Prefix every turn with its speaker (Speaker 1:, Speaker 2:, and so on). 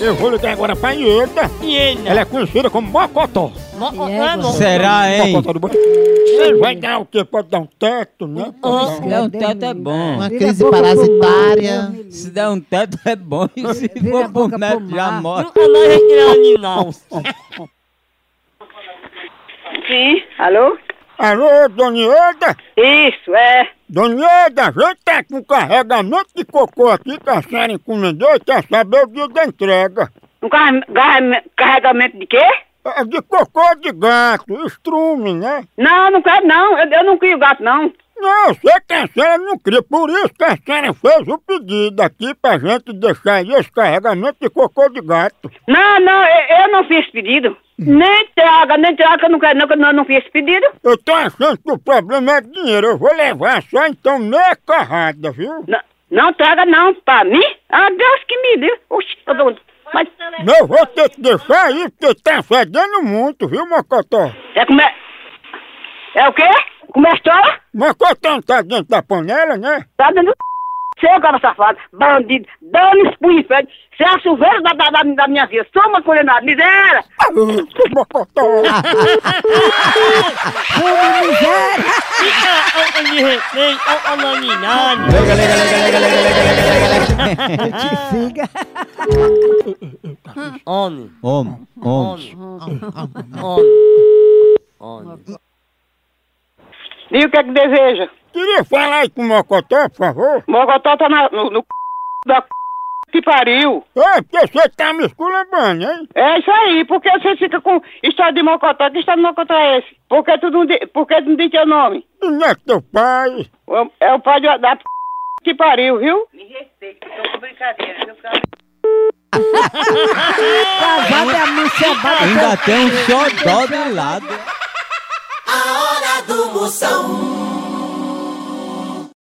Speaker 1: Eu vou ligar agora pra Ieda. Ela é conhecida como Mocotó.
Speaker 2: Será, hein?
Speaker 1: Mocotó do Bonito. Você vai dar o quê? Pode dar um teto, né? Pode dar um-
Speaker 2: Não, tanto é bom.
Speaker 3: Uma crise parasitária.
Speaker 2: Se der um teto é bom e se
Speaker 4: Vira a
Speaker 2: for
Speaker 4: boca
Speaker 2: boneco
Speaker 4: pro
Speaker 2: já
Speaker 4: mar.
Speaker 2: morre.
Speaker 5: Sim, alô?
Speaker 1: Alô, Dona Ieda?
Speaker 5: Isso, é.
Speaker 1: Dona Ieda, a gente tá com carregamento de cocô aqui que a senhora encomendou e quer saber o dia da entrega.
Speaker 5: Um carre- garra- carregamento de quê?
Speaker 1: É De cocô de gato, estrume, né?
Speaker 5: Não, não quero não. Eu, eu não crio gato, não.
Speaker 1: Não, eu sei que a senhora não cria, por isso que a senhora fez o pedido aqui pra gente deixar aí esse carregamento de cocô de gato.
Speaker 5: Não, não, eu, eu não fiz pedido. Nem traga, nem traga, que eu não quero não, que eu não, não fiz pedido.
Speaker 1: Eu tô achando que o problema é dinheiro, eu vou levar só então meia carrada, viu?
Speaker 5: Não, não traga não, pra mim. Ah, Deus que me deu. Oxi, eu dou... um- Mas,
Speaker 1: Não, eu vou ter que deixar aí, porque tá fedendo muito, viu, Mocotó?
Speaker 5: é como é... É o quê? Como é a história?
Speaker 1: Mocotó não tá dentro da panela, né?
Speaker 5: Tá dando seu cara safado, bandido, dane-se pro inferno. Você é a chuveira da, da, da, da minha vida. Soma condenado, miséria.
Speaker 1: Ah, Mocotó!
Speaker 6: Homem,
Speaker 2: Homem, homem.
Speaker 6: homem, homem, homem.
Speaker 5: E o que é que deseja?
Speaker 1: Queria falar aí com o Mocotó, por favor?
Speaker 5: Mogotó tá na, no, no c... da c... que pariu.
Speaker 1: É, porque você tá me esculambando, hein?
Speaker 5: É isso aí, por que você fica com história de Mocotó? Que história de Mocotó é esse? Por que tu não, di- por que tu não diz teu nome?
Speaker 1: E não é teu pai?
Speaker 5: É o pai de- da p... que pariu, viu?
Speaker 4: Casado é amunciado.
Speaker 2: Ainda tem um xodó do lado.
Speaker 7: A hora do Moção.